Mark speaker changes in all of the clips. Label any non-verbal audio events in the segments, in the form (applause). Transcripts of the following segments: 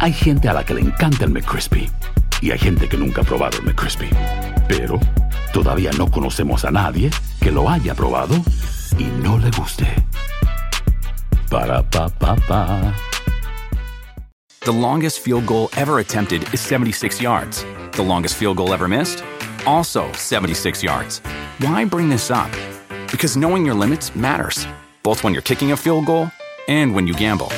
Speaker 1: Hay gente a la que le encanta el McCrispy y hay gente que nunca ha probado el McCrispy. Pero todavía no conocemos a nadie que lo haya probado y no le guste. Para pa pa pa.
Speaker 2: The longest field goal ever attempted is 76 yards. The longest field goal ever missed? Also 76 yards. Why bring this up? Because knowing your limits matters, both when you're kicking a field goal and when you gamble.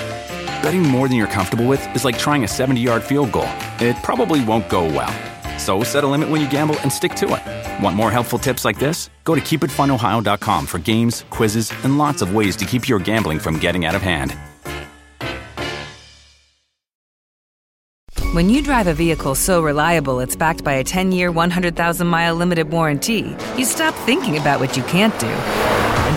Speaker 2: Betting more than you're comfortable with is like trying a 70 yard field goal. It probably won't go well. So set a limit when you gamble and stick to it. Want more helpful tips like this? Go to keepitfunohio.com for games, quizzes, and lots of ways to keep your gambling from getting out of hand.
Speaker 3: When you drive a vehicle so reliable it's backed by a 10 year, 100,000 mile limited warranty, you stop thinking about what you can't do and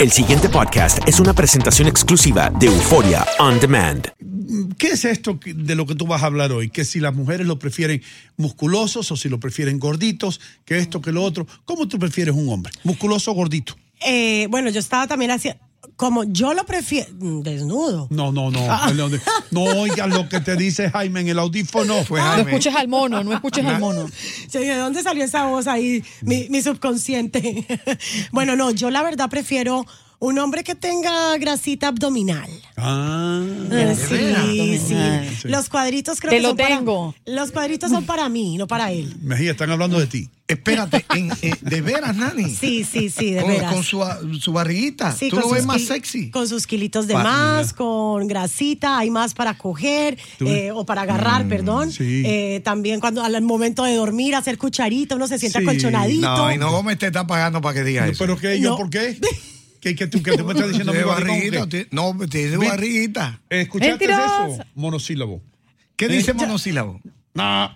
Speaker 4: El siguiente podcast es una presentación exclusiva de Euforia On Demand.
Speaker 5: ¿Qué es esto de lo que tú vas a hablar hoy? Que si las mujeres lo prefieren musculosos o si lo prefieren gorditos, que esto, que lo otro. ¿Cómo tú prefieres un hombre? ¿Musculoso o gordito?
Speaker 6: Eh, bueno, yo estaba también haciendo. Como yo lo prefiero. mm, Desnudo. Ah.
Speaker 5: No, no, no. No, No oigas lo que te dice Jaime en el audífono.
Speaker 7: Pues, No escuches al mono, no escuches al mono.
Speaker 6: (laughs) Yo dije, ¿de dónde salió esa voz ahí? Mi, mi subconsciente. (laughs) bueno, no, yo la verdad prefiero un hombre que tenga grasita abdominal.
Speaker 5: Ah,
Speaker 6: Ah, Sí, sí.
Speaker 7: Abdominal.
Speaker 6: Los cuadritos creo
Speaker 7: Te
Speaker 6: que
Speaker 7: lo
Speaker 6: son para-
Speaker 7: tengo.
Speaker 6: los cuadritos son para mí, no para él.
Speaker 5: Mejía, están hablando de ti.
Speaker 8: Espérate, en- eh, de veras, Nani.
Speaker 6: Sí, sí, sí, de
Speaker 8: con,
Speaker 6: veras.
Speaker 8: con su, su barriguita.
Speaker 6: Sí,
Speaker 8: Tú lo ves
Speaker 6: sus
Speaker 8: más
Speaker 6: kil-
Speaker 8: sexy.
Speaker 6: Con sus kilitos de
Speaker 5: Pa-
Speaker 6: más,
Speaker 5: mira.
Speaker 6: con grasita, hay más para coger
Speaker 5: Tú-
Speaker 6: eh, o para
Speaker 8: Mm,
Speaker 6: agarrar, perdón.
Speaker 5: sí.
Speaker 6: Eh, también cuando al momento de dormir, hacer cucharita, uno se sienta
Speaker 5: Sí.
Speaker 6: colchonadito.
Speaker 8: No, y no Gómez te está pagando para que diga eso.
Speaker 5: ¿Pero qué? ¿Yo
Speaker 6: No.
Speaker 5: por
Speaker 6: (laughs)
Speaker 5: qué? ¿Qué, qué tú, qué tú me estás diciendo? a mí,
Speaker 8: Tiene
Speaker 5: barrigón,
Speaker 8: barriguita.
Speaker 5: qué?
Speaker 8: ti- No, tiene
Speaker 5: Vi-
Speaker 8: barriguita.
Speaker 5: ¿Escuchaste eso?
Speaker 7: Mentirosa.
Speaker 5: Monosílabo. Eh,
Speaker 8: ¿Qué dice monosílabo?
Speaker 5: No.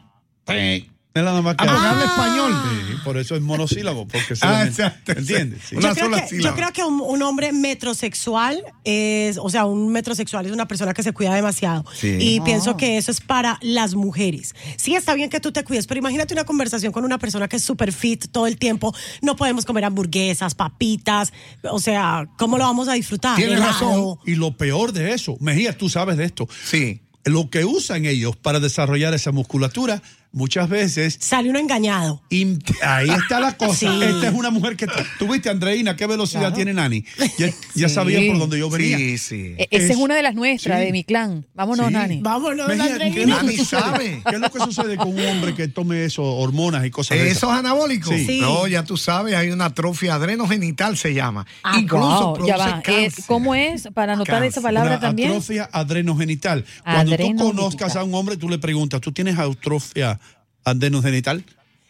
Speaker 5: sí. Es la nada más que
Speaker 8: Ah, pero
Speaker 5: habla.
Speaker 8: habla español.
Speaker 5: Sí, por eso es monosílabo, porque se
Speaker 8: Ah, exacto,
Speaker 5: ¿Entiendes? Sí.
Speaker 8: exacto. Una
Speaker 6: yo, creo
Speaker 8: sola
Speaker 6: que,
Speaker 8: sílaba.
Speaker 6: yo creo que un, un hombre metrosexual es, o sea, un metrosexual es una persona que se cuida demasiado.
Speaker 8: Sí.
Speaker 6: Y pienso que eso es para las mujeres. Sí, está bien que tú te cuides, pero imagínate una conversación con una persona que es súper fit todo el tiempo. No podemos comer hamburguesas, papitas. O sea, ¿cómo lo vamos a disfrutar?
Speaker 8: Tienes
Speaker 6: Helado.
Speaker 8: razón.
Speaker 5: Y lo peor de eso, Mejía, tú sabes de esto.
Speaker 8: Sí.
Speaker 5: Lo que usan ellos para desarrollar esa musculatura, muchas veces.
Speaker 6: Sale uno engañado.
Speaker 5: im- Ahí está la cosa.
Speaker 6: Sí.
Speaker 5: Esta es una mujer que. Tuviste, Andreina, qué velocidad tiene Nani. Ya, ya sabía por dónde yo venía.
Speaker 8: Sí, sí.
Speaker 7: E- Esa es,
Speaker 5: Es-
Speaker 7: una de las nuestras,
Speaker 5: sí.
Speaker 7: de mi clan. Vámonos,
Speaker 5: Sí.
Speaker 7: Nani.
Speaker 6: Vámonos,
Speaker 5: Mejía,
Speaker 6: Andreina.
Speaker 5: ¿qué es lo que
Speaker 8: Nani
Speaker 5: sucede?
Speaker 8: sabe.
Speaker 5: ¿Qué es lo que sucede con un hombre que tome eso, hormonas y cosas de esas?
Speaker 8: ¿Esos anabólicos?
Speaker 5: Sí.
Speaker 6: Sí.
Speaker 8: No, ya tú sabes, hay una atrofia adrenogenital, se llama.
Speaker 7: Ah,
Speaker 8: Incluso
Speaker 7: wow, ya
Speaker 8: produce
Speaker 7: va. Eh,
Speaker 8: cáncer.
Speaker 7: ¿Cómo es? Para anotar
Speaker 8: Cáncer.
Speaker 7: esa palabra
Speaker 5: Una
Speaker 7: también.
Speaker 5: Atrofia adrenogenital. Cuando tú
Speaker 7: Adrenogenital.
Speaker 5: conozcas a un hombre, tú le preguntas, ¿tú tienes atrofia adrenogenital?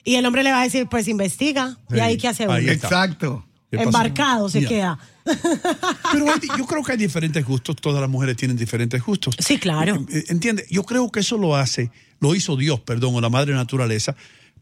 Speaker 6: Y el hombre le va a decir, pues investiga.
Speaker 5: Sí.
Speaker 6: Y ahí qué hace uno.
Speaker 5: Ahí está.
Speaker 8: Exacto.
Speaker 5: ¿Qué pasa?
Speaker 6: Embarcado se
Speaker 5: Ya.
Speaker 6: queda.
Speaker 5: Pero hay- yo creo que hay diferentes gustos, todas las mujeres tienen diferentes gustos.
Speaker 6: Sí, claro.
Speaker 5: Eh, ¿Entiendes? Yo creo que eso lo hace, lo hizo Dios, perdón, o la madre naturaleza,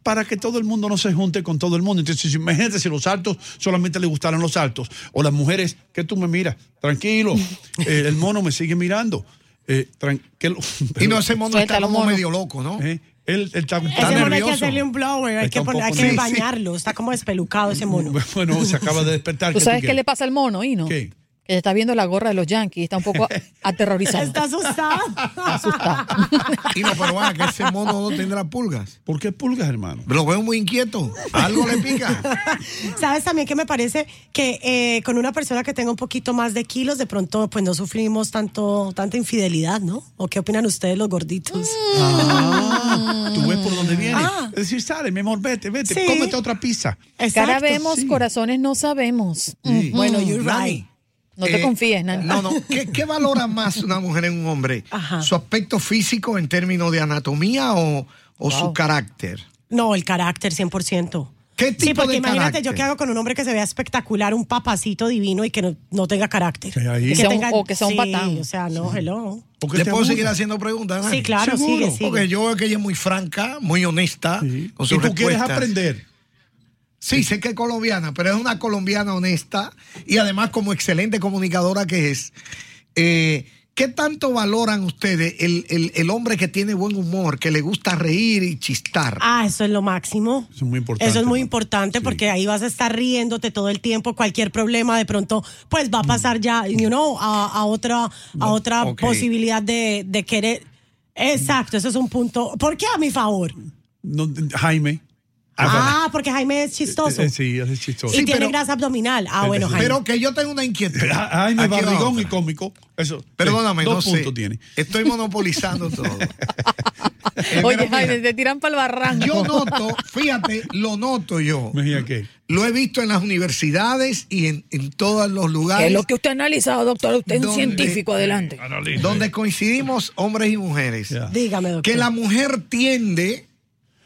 Speaker 5: para que todo el mundo no se junte con todo el mundo. Entonces, si- imagínate si los altos solamente le gustaran los altos, o las mujeres, que tú me miras, tranquilo,
Speaker 6: (laughs)
Speaker 5: eh, el mono me sigue mirando. Eh, tranquilo.
Speaker 8: Y no, ese mono está
Speaker 7: Suéltalo,
Speaker 8: como
Speaker 7: mono.
Speaker 8: medio loco, (laughs) ¿no?
Speaker 5: Eh, él, él está,
Speaker 6: Ese mono hay que
Speaker 8: nervioso.
Speaker 6: hacerle un blower, hay
Speaker 5: Está
Speaker 6: que,
Speaker 5: un
Speaker 6: poner- hay
Speaker 5: poco-
Speaker 6: que
Speaker 5: Sí, sí.
Speaker 6: bañarlo. Está como despelucado ese mono.
Speaker 5: (laughs) Bueno, se acaba de despertar.
Speaker 7: ¿Tú
Speaker 5: ¿qué
Speaker 7: sabes qué
Speaker 5: quieres?
Speaker 7: le pasa al mono, Ino?
Speaker 5: ¿Qué?
Speaker 7: que ya está viendo la gorra de los Yankees, está
Speaker 8: (laughs)
Speaker 7: un poco aterrorizado.
Speaker 6: (laughs) Está asustada.
Speaker 7: asustada.
Speaker 8: Y no, pero va, que ese mono no tendrá pulgas.
Speaker 5: ¿Por qué pulgas, hermano?
Speaker 8: Lo veo muy inquieto. Algo le pica.
Speaker 6: (laughs) ¿Sabes también que me parece que eh, con una persona que tenga un poquito más de kilos, de pronto pues no sufrimos tanto, tanta infidelidad, ¿no? ¿O qué opinan ustedes los gorditos?
Speaker 5: Ah, tú ves por dónde viene. Es decir, sale, mi amor, vete, vete,
Speaker 6: Ah. Sí.
Speaker 5: cómete otra pizza.
Speaker 7: Cara vemos, corazones no sabemos.
Speaker 5: Sí.
Speaker 7: Ujú.
Speaker 5: Bueno, you're
Speaker 8: Nani,
Speaker 5: right.
Speaker 7: No te
Speaker 8: eh,
Speaker 7: confíes, Nani. (laughs)
Speaker 8: No, no. ¿Qué, qué valora más una mujer en un hombre? ¿Su aspecto físico en términos de anatomía o, o su carácter?
Speaker 6: No, el carácter, 100%.
Speaker 8: ¿Qué
Speaker 6: sí,
Speaker 8: tipo
Speaker 6: porque
Speaker 8: de
Speaker 6: imagínate
Speaker 8: carácter?
Speaker 6: yo qué hago con un hombre que se vea espectacular, un papacito divino y que no, no tenga carácter.
Speaker 5: ahí.
Speaker 7: Que sea un- o que sea un
Speaker 6: sí,
Speaker 7: patán.
Speaker 6: O sea, no, hello.
Speaker 5: Porque
Speaker 8: ¿Le
Speaker 5: te
Speaker 8: puedo
Speaker 5: aburre.
Speaker 8: seguir haciendo preguntas? Dani?
Speaker 6: Sí, claro,
Speaker 5: Seguro.
Speaker 6: sigue, sigue.
Speaker 8: Porque yo veo que ella es muy franca, muy honesta. con
Speaker 5: Y
Speaker 8: sus
Speaker 5: tú quieres
Speaker 8: respuestas.
Speaker 5: aprender.
Speaker 8: Sí, sé que es colombiana, pero es una colombiana honesta y además como excelente comunicadora que es. eh, ¿Qué tanto valoran ustedes el, el- el hombre que tiene buen humor, que le gusta reír y chistar?
Speaker 6: Ah, eso es lo máximo.
Speaker 5: Eso es muy importante.
Speaker 6: Eso es muy
Speaker 5: ¿no?
Speaker 6: importante porque ahí vas a estar riéndote todo el tiempo. Cualquier problema de pronto, pues va a pasar ya, you know, a, a otra, a otra
Speaker 8: ok.
Speaker 6: posibilidad de, de querer. Exacto, eso es un punto. ¿Por qué a mi favor?
Speaker 5: No, Jaime.
Speaker 6: Ah, porque Jaime es
Speaker 5: Eh,
Speaker 6: chistoso.
Speaker 5: eh, sí, es chistoso.
Speaker 6: y tiene
Speaker 8: pero-
Speaker 6: grasa abdominal. Ah, bueno, Jaime.
Speaker 8: Pero que yo tengo una inquietud.
Speaker 5: Ja- Ah, Jaime
Speaker 8: Aquí va
Speaker 5: barrigón
Speaker 8: otra.
Speaker 5: y cómico. Eso.
Speaker 8: Perdóname,
Speaker 5: Dos
Speaker 8: no
Speaker 5: puntos
Speaker 8: sé.
Speaker 5: tiene.
Speaker 8: Estoy monopolizando
Speaker 5: (laughs)
Speaker 8: todo. Eh,
Speaker 7: Oye,
Speaker 8: pero mira,
Speaker 7: Jaime, te tiran para el barranco.
Speaker 8: Yo noto, fíjate, lo noto yo.
Speaker 5: Mejía, ¿qué?
Speaker 8: Lo he visto en las universidades y en, en todos los lugares.
Speaker 9: ¿Qué es lo que usted ha analizado, doctor? Usted es un
Speaker 8: ¿Dónde?
Speaker 9: científico, adelante.
Speaker 8: donde coincidimos hombres y mujeres.
Speaker 5: Ya.
Speaker 6: Dígame, doctor.
Speaker 8: Que la mujer tiende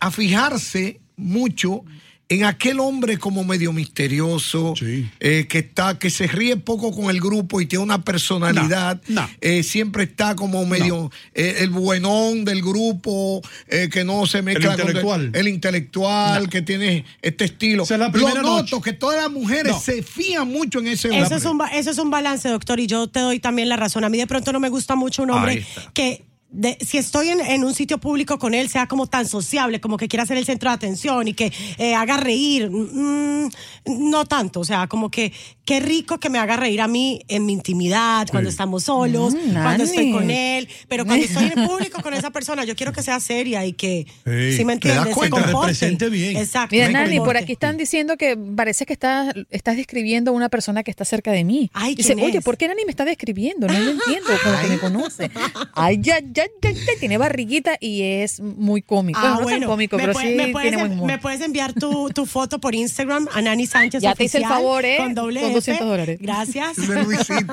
Speaker 8: a fijarse mucho en aquel hombre como medio misterioso,
Speaker 5: Sí.
Speaker 8: eh, que está, que se ríe poco con el grupo y tiene una personalidad,
Speaker 5: No, no.
Speaker 8: eh, siempre está como medio eh, el buenón del grupo, eh, que no se mezcla
Speaker 5: intelectual.
Speaker 8: con el intelectual, que tiene este estilo.
Speaker 5: Esa es la
Speaker 8: Lo
Speaker 5: primera
Speaker 8: noto
Speaker 5: noche.
Speaker 8: que todas las mujeres
Speaker 5: No.
Speaker 8: se fían mucho en ese
Speaker 6: Eso
Speaker 8: hombre.
Speaker 6: es, un, ba- eso es un balance, doctor, y yo te doy también la razón. A mí de pronto no me gusta mucho un
Speaker 8: Ahí
Speaker 6: hombre
Speaker 8: está.
Speaker 6: que, de- si estoy en, en un sitio público con él, sea como tan sociable, como que quiera ser el centro de atención y que eh, haga reír. Mm, no tanto, o sea, como que qué rico que me haga reír a mí en mi intimidad, cuando estamos solos,
Speaker 7: Mm,
Speaker 6: cuando estoy
Speaker 7: Nani.
Speaker 6: con él, pero cuando estoy
Speaker 7: (laughs)
Speaker 6: en público con esa persona, yo quiero que sea seria y que,
Speaker 5: Sí,
Speaker 6: si me
Speaker 5: te das
Speaker 6: entiendes, se
Speaker 5: cuenta, te
Speaker 6: comporte.
Speaker 5: presente bien.
Speaker 6: Exacto.
Speaker 7: Mira,
Speaker 6: se
Speaker 7: Nani, por
Speaker 6: comporte.
Speaker 7: aquí están diciendo que parece que estás, estás describiendo a una persona que está cerca de mí.
Speaker 6: Ay,
Speaker 7: Dice,
Speaker 6: ¿quién
Speaker 7: oye,
Speaker 6: es?
Speaker 7: ¿por qué Nani me está describiendo? No lo entiendo, como que me conoce. Ay, ya, ya, ya, ya, tiene barriguita y es muy cómico.
Speaker 6: Ah,
Speaker 7: Bueno, no tan
Speaker 6: bueno,
Speaker 7: cómico,
Speaker 6: me
Speaker 7: pero
Speaker 6: puede-
Speaker 7: sí
Speaker 6: me puedes,
Speaker 7: tiene buen
Speaker 6: en-
Speaker 7: humor.
Speaker 6: me puedes enviar tu, tu foto por Instagram a Nani Sánchez.
Speaker 7: Ya te hice el
Speaker 6: Oficial,
Speaker 7: favor, ¿eh?
Speaker 6: Con doble
Speaker 7: Con
Speaker 6: F.
Speaker 7: 200 dólares.
Speaker 5: (laughs)
Speaker 6: Gracias.
Speaker 8: de Luisito.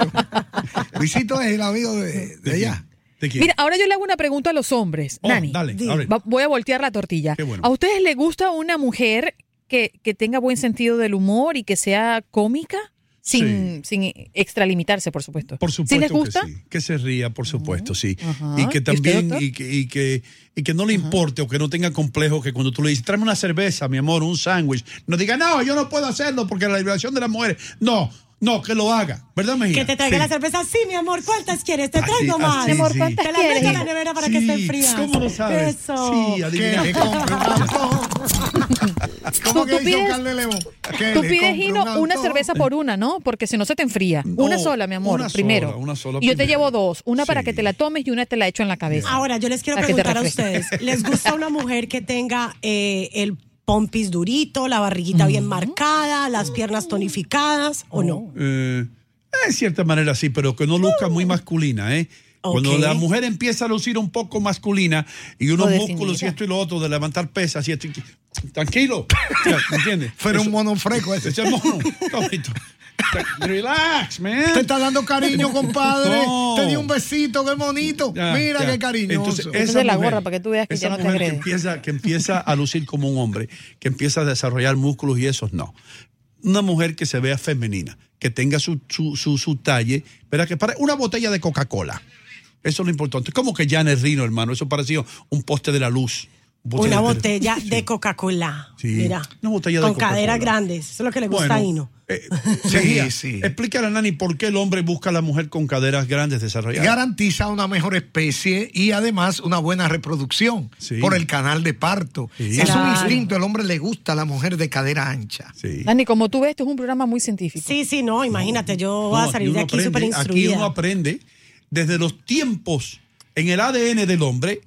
Speaker 8: Luisito es el amigo de, de ella.
Speaker 5: ¿De quién?
Speaker 7: Mira, ahora yo le hago una pregunta a los hombres,
Speaker 5: Oh,
Speaker 7: Nani.
Speaker 5: dale,
Speaker 7: Di-
Speaker 5: abre.
Speaker 7: va- voy a voltear la tortilla.
Speaker 5: Qué bueno.
Speaker 7: ¿A ustedes les gusta una mujer que, que tenga buen sentido del humor y que sea cómica? Sin, sin extralimitarse, por supuesto.
Speaker 5: Por supuesto
Speaker 7: ¿Sí les gusta? Ah.
Speaker 5: que sí. Que se ría, por supuesto, sí.
Speaker 7: Ajá.
Speaker 5: Y que
Speaker 7: ¿Y usted,
Speaker 5: también,
Speaker 7: doctor?
Speaker 5: y que, y que, y que no le importe o que no tenga complejo que cuando tú le dices, tráeme una cerveza, mi amor, un sándwich, no diga, no, yo no puedo hacerlo porque la liberación de las mujeres. No, no, que lo haga. ¿Verdad, Mejía?
Speaker 6: Que te traiga
Speaker 5: Sí.
Speaker 6: la cerveza. Sí, mi amor, ¿cuántas quieres? Te
Speaker 5: Así,
Speaker 6: traigo más.
Speaker 5: así, Mi amor, sí.
Speaker 7: ¿cuántas
Speaker 6: Te la meto
Speaker 7: quieres?
Speaker 6: a la nevera para
Speaker 5: Sí,
Speaker 6: que estén frías.
Speaker 5: ¿Cómo lo sabes?
Speaker 6: Eso.
Speaker 5: Sí,
Speaker 8: Que le
Speaker 5: adivinaste.
Speaker 8: compre un antojo. ¿Cómo
Speaker 7: Tú-
Speaker 8: que
Speaker 7: tú
Speaker 8: dice
Speaker 7: pides-
Speaker 8: Carlos León? Que
Speaker 7: Tú
Speaker 8: le
Speaker 7: pides,
Speaker 8: compre
Speaker 7: Gino,
Speaker 8: un
Speaker 7: una
Speaker 8: antojo.
Speaker 7: cerveza por una, ¿no? Porque si no se te enfría.
Speaker 5: No,
Speaker 7: una sola, mi amor,
Speaker 5: una
Speaker 7: primero.
Speaker 5: sola, una sola
Speaker 7: y yo te
Speaker 5: primero.
Speaker 7: llevo dos. Una para
Speaker 5: Sí.
Speaker 7: que te la tomes y una te la echo en la cabeza.
Speaker 6: Ahora, yo les quiero
Speaker 7: Para que te
Speaker 6: preguntar a
Speaker 7: refresque.
Speaker 6: ustedes. ¿Les gusta una mujer que tenga eh, el pompis durito, la barriguita bien marcada, las piernas tonificadas o no?
Speaker 5: Eh, en cierta manera sí, pero que no luzca
Speaker 7: Mm.
Speaker 5: muy masculina, ¿eh? Cuando
Speaker 6: Ok.
Speaker 5: la mujer empieza a lucir un poco masculina y unos
Speaker 7: O definida.
Speaker 5: músculos y esto y lo otro, de levantar pesas y esto y que- Tranquilo, Ya,
Speaker 8: (laughs)
Speaker 5: ¿me entiendes?
Speaker 8: Pero un
Speaker 5: Eso-
Speaker 8: mono fresco ese.
Speaker 5: ese mono, cabito. Relax, man.
Speaker 8: Te está dando cariño, compadre.
Speaker 5: No.
Speaker 8: Te di un besito, qué bonito.
Speaker 5: Ya,
Speaker 8: Mira
Speaker 5: ya.
Speaker 8: qué cariñoso.
Speaker 7: Entonces la gorra, para que tú veas que
Speaker 5: esa
Speaker 7: ya no te
Speaker 5: mujer que
Speaker 7: agrede.
Speaker 5: empieza, que empieza a lucir como un hombre, que empieza a desarrollar músculos y esos no. Una mujer que se vea femenina, que tenga su, su, su, su talle, ¿verdad? Que para una botella de Coca-Cola. Eso es lo importante. Como que Janet Rino, hermano. Eso parecía un poste de la luz. Un poste
Speaker 6: Una
Speaker 5: de-
Speaker 6: botella
Speaker 5: Sí.
Speaker 6: de Coca-Cola.
Speaker 5: Sí.
Speaker 6: Mira.
Speaker 5: Una botella de
Speaker 6: Con
Speaker 5: Coca-Cola.
Speaker 6: caderas grandes. Eso es lo que le gusta
Speaker 5: Bueno,
Speaker 6: a Ino.
Speaker 5: Eh,
Speaker 8: Sí,
Speaker 5: Mejía,
Speaker 8: sí.
Speaker 5: Explícale a Nani por qué el hombre busca a la mujer con caderas grandes desarrolladas.
Speaker 8: Garantiza una mejor especie y además una buena reproducción por el canal de parto.
Speaker 5: Sí.
Speaker 8: Es un
Speaker 7: Claro.
Speaker 8: instinto, el hombre le gusta a la mujer de cadera ancha.
Speaker 7: Dani, como tú ves, esto es un programa muy científico.
Speaker 6: Sí, sí, no, imagínate, yo voy a
Speaker 5: No,
Speaker 6: salir de
Speaker 5: uno
Speaker 6: aquí súper
Speaker 5: aprende, Aquí uno
Speaker 6: instruida.
Speaker 5: aprende desde los tiempos en el ADN del hombre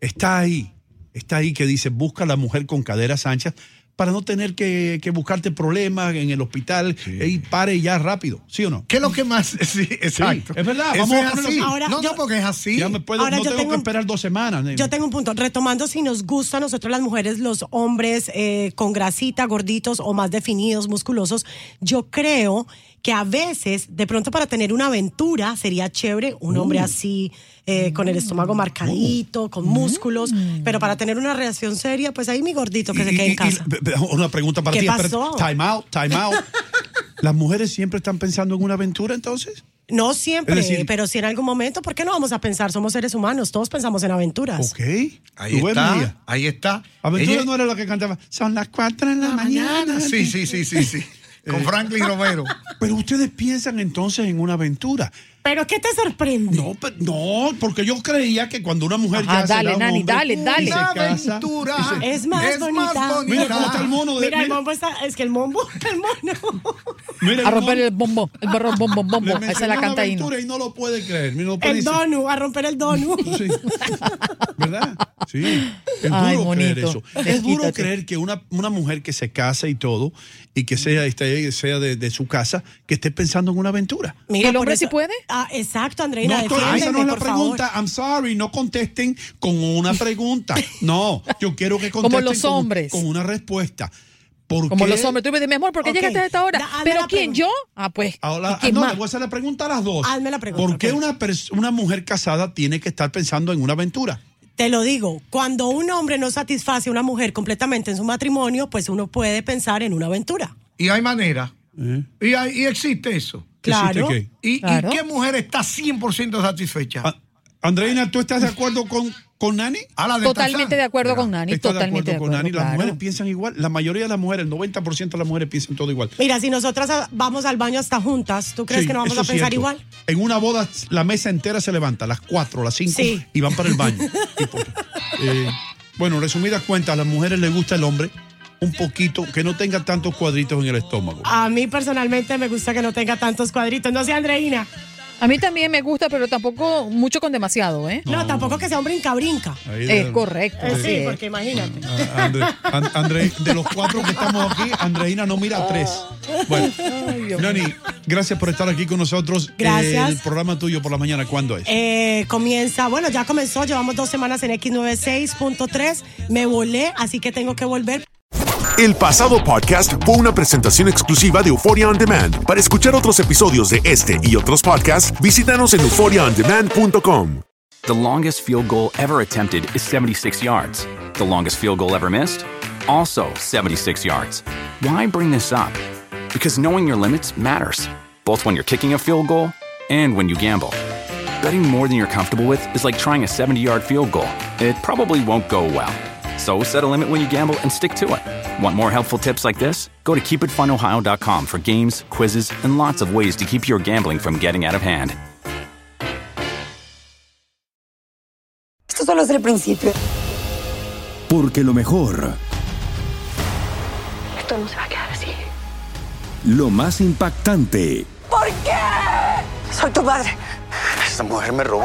Speaker 5: está ahí, está ahí que dice busca a la mujer con caderas anchas para no tener que, que buscarte problemas en el hospital y pare ya rápido, ¿sí o no?
Speaker 8: ¿Qué es lo que más? (laughs) Sí, exacto.
Speaker 5: es verdad,
Speaker 8: Eso
Speaker 5: vamos
Speaker 8: es
Speaker 5: a ponerlo
Speaker 8: así.
Speaker 5: así.
Speaker 6: Ahora,
Speaker 8: no, pues,
Speaker 6: yo-
Speaker 8: no, porque es así.
Speaker 5: Ya me puedo,
Speaker 6: Ahora
Speaker 5: no
Speaker 6: yo
Speaker 5: tengo,
Speaker 6: tengo
Speaker 5: que
Speaker 6: un-
Speaker 5: esperar dos semanas. nene.
Speaker 6: Yo tengo un punto. Retomando si nos gusta a nosotros las mujeres, los hombres eh, con grasita, gorditos o más definidos, musculosos, yo creo que a veces, de pronto para tener una aventura, sería chévere un
Speaker 5: Uh.
Speaker 6: hombre así, eh, con el estómago marcadito,
Speaker 5: Uh.
Speaker 6: con músculos, pero para tener una relación seria, pues ahí mi gordito que se quede
Speaker 5: Y-
Speaker 6: en
Speaker 5: y-
Speaker 6: casa.
Speaker 5: y- b- b- una pregunta para
Speaker 6: ¿Qué
Speaker 5: ti. espera-
Speaker 6: pasó?
Speaker 5: Time out, time
Speaker 6: (laughs)
Speaker 5: out. ¿Las mujeres siempre están pensando en una aventura entonces?
Speaker 6: No siempre,
Speaker 5: Es decir-
Speaker 6: pero si en algún momento, ¿por qué no vamos a pensar? Somos seres humanos, todos pensamos en aventuras.
Speaker 5: Ok. Ahí
Speaker 8: está, ahí está.
Speaker 5: Aventura
Speaker 8: Ella-
Speaker 5: no era la que cantaba. Son las cuatro en la, mañana. Eh,
Speaker 8: Sí, sí, sí, sí,
Speaker 5: (laughs)
Speaker 8: sí. Con Franklin Romero.
Speaker 5: Pero ustedes piensan entonces en una aventura.
Speaker 6: ¿Pero qué te sorprende?
Speaker 5: No, pe- no porque yo creía que cuando una mujer
Speaker 7: Ajá,
Speaker 5: ya se
Speaker 7: dale,
Speaker 5: da un
Speaker 7: Nani,
Speaker 5: hombre
Speaker 7: dale,
Speaker 5: y
Speaker 7: dale.
Speaker 5: se
Speaker 7: Una
Speaker 5: casa,
Speaker 8: aventura.
Speaker 5: y se-
Speaker 6: Es más
Speaker 8: Es más
Speaker 6: bonita.
Speaker 8: bonita.
Speaker 5: Mira cómo está el mono de-
Speaker 6: Mira, el
Speaker 5: mira-
Speaker 6: bombo está. Es que el bombo. (laughs) El mono.
Speaker 5: mira el
Speaker 7: A romper
Speaker 5: mono.
Speaker 7: el bombo, el borrón, bombo,
Speaker 5: Le
Speaker 7: bombo. Esa
Speaker 5: mencionó
Speaker 7: la
Speaker 5: una
Speaker 7: canta ahí.
Speaker 5: aventura y no lo puede creer. no lo puede
Speaker 6: El
Speaker 5: decir,
Speaker 6: donu. A romper el donu.
Speaker 7: (laughs)
Speaker 5: ¿Verdad? Sí. Es
Speaker 7: Ay,
Speaker 5: duro creer
Speaker 7: monito.
Speaker 5: eso. Es duro
Speaker 7: Desquítate.
Speaker 5: creer que una, una mujer que se casa y todo, y que sea, esté- sea de, de su casa, que esté pensando en una aventura.
Speaker 6: (laughs) Mira,
Speaker 7: ¿El
Speaker 6: por
Speaker 7: hombre sí
Speaker 6: eso-
Speaker 7: puede?
Speaker 6: Ah, exacto,
Speaker 5: No,
Speaker 6: Andreina.
Speaker 5: estoy- Ah, esa no es
Speaker 6: defiéndeme,
Speaker 5: la
Speaker 6: por favor.
Speaker 5: pregunta. I'm sorry, no contesten con
Speaker 7: (laughs)
Speaker 5: una pregunta. No, yo quiero que
Speaker 7: Como
Speaker 5: contesten
Speaker 7: los
Speaker 5: con-
Speaker 7: hombres.
Speaker 5: Con, una respuesta. ¿Por
Speaker 7: Como
Speaker 5: qué?
Speaker 7: los hombres. Tú me dices, mi amor, ¿por qué
Speaker 6: Ok.
Speaker 7: llegaste a esta hora?
Speaker 6: Da- hazme
Speaker 7: ¿Pero
Speaker 6: la
Speaker 7: quién?
Speaker 6: pregunta.
Speaker 7: ¿Yo? Ah, pues. ¿y
Speaker 5: Ahora,
Speaker 7: quién
Speaker 5: no,
Speaker 7: más?
Speaker 5: le voy a hacer la pregunta a las dos.
Speaker 6: Hazme la pregunta,
Speaker 5: ¿Por qué
Speaker 7: pues.
Speaker 6: ok.
Speaker 5: una, pers- una mujer casada tiene que estar pensando en una aventura?
Speaker 6: Te lo digo, cuando un hombre no satisface a una mujer completamente en su matrimonio, pues uno puede pensar en una aventura.
Speaker 8: Y hay manera. Y, hay- y existe eso.
Speaker 6: Claro.
Speaker 5: ¿Existe qué?
Speaker 8: ¿Y, y
Speaker 6: Claro.
Speaker 8: qué mujer está 100% satisfecha?
Speaker 5: Ah, Andreina, ¿tú estás de acuerdo con, con Nani?
Speaker 8: A la de
Speaker 7: Totalmente de
Speaker 8: Tarzán.
Speaker 7: acuerdo con Nani,
Speaker 5: Ah, Estoy
Speaker 7: totalmente de acuerdo.
Speaker 5: con Nani. Las
Speaker 7: claro.
Speaker 5: mujeres piensan igual. La mayoría de las mujeres, el 90% de las mujeres piensan todo igual.
Speaker 6: Mira, si nosotras ah, vamos al baño hasta juntas, ¿tú crees
Speaker 5: Sí,
Speaker 6: que no vamos
Speaker 5: eso
Speaker 6: a
Speaker 5: es
Speaker 6: pensar
Speaker 5: cierto.
Speaker 6: igual?
Speaker 5: En una boda la mesa entera se levanta a las 4, a las 5
Speaker 6: Sí.
Speaker 5: y van para el
Speaker 6: (laughs)
Speaker 5: baño. Y por- eh, bueno, resumidas cuentas, a las mujeres les gusta el hombre un poquito, que no tenga tantos cuadritos en el estómago.
Speaker 6: A mí personalmente me gusta que no tenga tantos cuadritos. No sé, Andreina.
Speaker 7: A mí también me gusta, pero tampoco mucho con demasiado, ¿eh?
Speaker 6: No, tampoco que sea un brinca-brinca.
Speaker 5: Ahí de-
Speaker 7: Es correcto.
Speaker 6: Eh,
Speaker 7: así
Speaker 6: sí,
Speaker 7: es.
Speaker 6: porque imagínate.
Speaker 5: Ah, Andre- An- Andre- de los cuatro que estamos aquí, Andreina no mira a tres.
Speaker 6: Ah.
Speaker 5: Bueno, Nani, gracias por estar aquí con nosotros.
Speaker 6: Gracias.
Speaker 5: El programa tuyo por la mañana, ¿cuándo es?
Speaker 6: Eh, comienza, bueno, ya comenzó, llevamos dos semanas en X96.3, me volé, así que tengo que volver.
Speaker 4: El pasado podcast fue una presentación exclusiva de Euphoria On Demand. Para escuchar otros episodios de este y otros podcasts, visítanos en euphoriaondemand.com.
Speaker 2: The longest field goal ever attempted is 76 yards. The longest field goal ever missed? Also 76 yards. Why bring this up? Because knowing your limits matters, both when you're kicking a field goal and when you gamble. Betting more than you're comfortable with is like trying a 70 yard field goal. It probably won't go well. So set a limit when you gamble and stick to it. Want more helpful tips like this? Go to keepitfunohio.com for games, quizzes, and lots of ways to keep your gambling from getting out of hand.
Speaker 10: Esto solo es el principio.
Speaker 11: Porque lo mejor,
Speaker 10: Esto no se va a quedar así.
Speaker 11: lo más impactante,
Speaker 10: ¿Por qué? Soy tu padre.
Speaker 12: Esta mujer me robó.